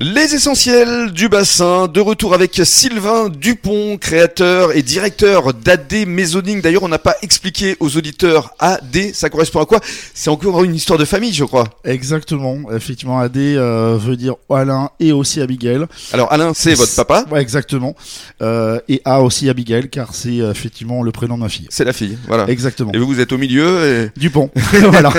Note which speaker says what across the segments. Speaker 1: Les essentiels du bassin, de retour avec Sylvain Dupont, créateur et directeur d'AD Maisoning. D'ailleurs, on n'a pas expliqué aux auditeurs AD, ça correspond à quoi C'est encore une histoire de famille, je crois.
Speaker 2: Exactement, effectivement, AD euh, veut dire Alain et aussi Abigail.
Speaker 1: Alors Alain, c'est votre papa
Speaker 2: Ouais, exactement. Euh, et A aussi Abigail, car c'est euh, effectivement le prénom de ma fille.
Speaker 1: C'est la fille, voilà.
Speaker 2: Exactement.
Speaker 1: Et vous, vous êtes au milieu Ah. et...
Speaker 2: Dupont. voilà.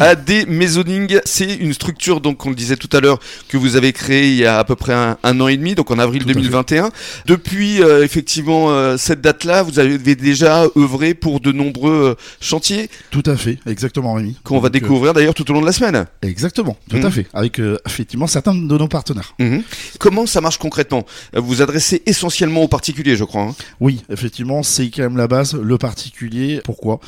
Speaker 1: AD Maisoning, c'est une structure, donc on le disait tout à l'heure, que vous avez créée il y a à peu près un, un an et demi, donc en avril
Speaker 2: Tout à fait.
Speaker 1: 2021. Depuis euh, effectivement euh, cette date-là, vous avez déjà œuvré pour de nombreux euh, chantiers
Speaker 2: Tout à fait, exactement, Rémi.
Speaker 1: qu'on va
Speaker 2: Donc, euh,
Speaker 1: découvrir d'ailleurs tout au long de la semaine.
Speaker 2: Exactement, tout
Speaker 1: Mhm.
Speaker 2: à fait. Avec euh, effectivement certains de nos partenaires.
Speaker 1: Comment ça marche concrètement Euh, Vous vous adressez essentiellement aux particuliers, je crois. hein.
Speaker 2: Oui, effectivement, c'est quand même la base, le particulier. Pourquoi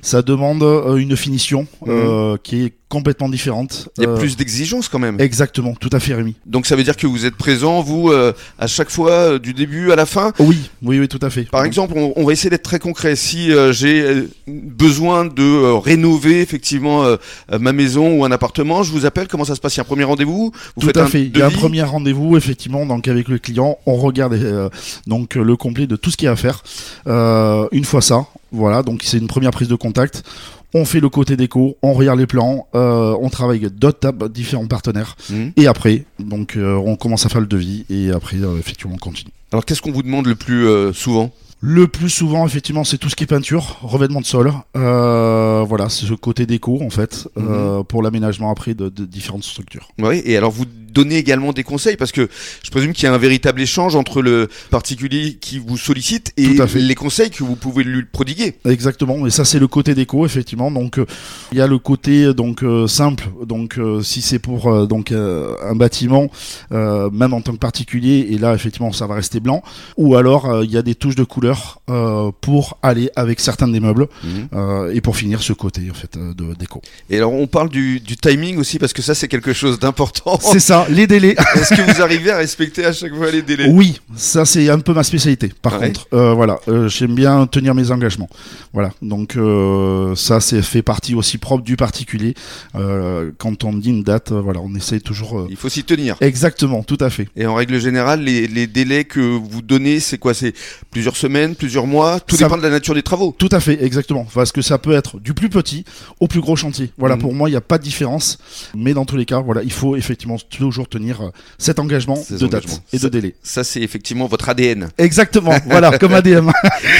Speaker 2: Ça demande euh, une finition euh, qui est complètement différente.
Speaker 1: Hmm. Il y a
Speaker 2: Euh,
Speaker 1: plus d'exigences quand même.
Speaker 2: Exactement, tout à fait, Rémi.
Speaker 1: Donc ça veut dire que vous êtes présent, vous, euh, à chaque fois, euh, du début à la fin.
Speaker 2: Oui, oui, oui, tout à fait.
Speaker 1: Par
Speaker 2: Donc,
Speaker 1: exemple, on, on va essayer d'être très concret. Si euh, j'ai euh, besoin de euh, rénover effectivement euh, euh, ma maison ou un appartement, je vous appelle. Comment ça se passe Il y a un premier rendez-vous Vous
Speaker 2: Tout
Speaker 1: faites
Speaker 2: à
Speaker 1: un
Speaker 2: fait. Il y a un
Speaker 1: devis
Speaker 2: premier rendez-vous effectivement donc avec le client, on regarde euh, donc euh, le complet de tout ce qu'il y a à faire. Euh, une fois ça, voilà donc c'est une première prise de contact. On fait le côté déco, on regarde les plans, euh, on travaille avec d'autres tables, différents partenaires,
Speaker 1: Mhm.
Speaker 2: et après donc euh, on commence à faire le devis et après euh, effectivement on continue.
Speaker 1: Alors qu'est-ce qu'on vous demande le plus euh, souvent
Speaker 2: Le plus souvent, effectivement, c'est tout ce qui est peinture, revêtement de sol. Euh, voilà, c'est ce côté déco en fait
Speaker 1: Mhm.
Speaker 2: euh, pour l'aménagement après de- de différentes structures.
Speaker 1: Oui. Et alors vous donnez également des conseils parce que je présume qu'il y a un véritable échange entre le particulier qui vous sollicite et
Speaker 2: Tout à fait.
Speaker 1: les conseils que vous pouvez lui prodiguer.
Speaker 2: Exactement, mais ça c'est le côté déco effectivement. Donc euh, il y a le côté euh, donc euh, simple. Donc euh, si c'est pour euh, donc euh, un bâtiment, euh, même en tant que particulier, et là effectivement ça va rester blanc. Ou alors euh, il y a des touches de couleur euh, pour aller avec certains des meubles euh, et pour finir ce côté en fait euh, de déco.
Speaker 1: Et alors on parle du, du timing aussi parce que ça c'est quelque chose d'important.
Speaker 2: C'est ça, les délais.
Speaker 1: Est-ce que vous arrivez à respecter à chaque fois les délais
Speaker 2: oui, ça c'est un peu ma spécialité. Par
Speaker 1: Ouais.
Speaker 2: contre, Euh, voilà, euh, j'aime bien tenir mes engagements. Voilà, donc euh, ça c'est fait partie aussi propre du particulier. Euh, quand on dit une date, euh, voilà, on essaye toujours. euh,
Speaker 1: Il faut s'y tenir.
Speaker 2: Exactement, tout à fait.
Speaker 1: Et en règle générale, les, les délais que vous donnez, c'est quoi C'est plusieurs semaines, plusieurs mois Tout
Speaker 2: Ça-
Speaker 1: dépend de la nature des travaux.
Speaker 2: Tout à fait, exactement. Parce que ça peut être du plus petit au plus gros chantier. Voilà,
Speaker 1: Mhm.
Speaker 2: pour moi, il n'y a pas de différence. Mais dans tous les cas, voilà, il faut effectivement toujours tenir euh, cet engagement
Speaker 1: Ces
Speaker 2: de
Speaker 1: engagements.
Speaker 2: date et de
Speaker 1: Ça-
Speaker 2: délai.
Speaker 1: Ça, c'est effectivement votre ADN.
Speaker 2: Exactement, voilà, comme ADM.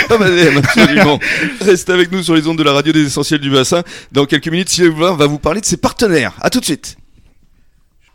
Speaker 1: Comme ADN, absolument. Restez avec nous sur les ondes de la radio des Essentiels du Bassin. Dans quelques minutes, Sylvain va vous parler de ses partenaires. À tout de suite.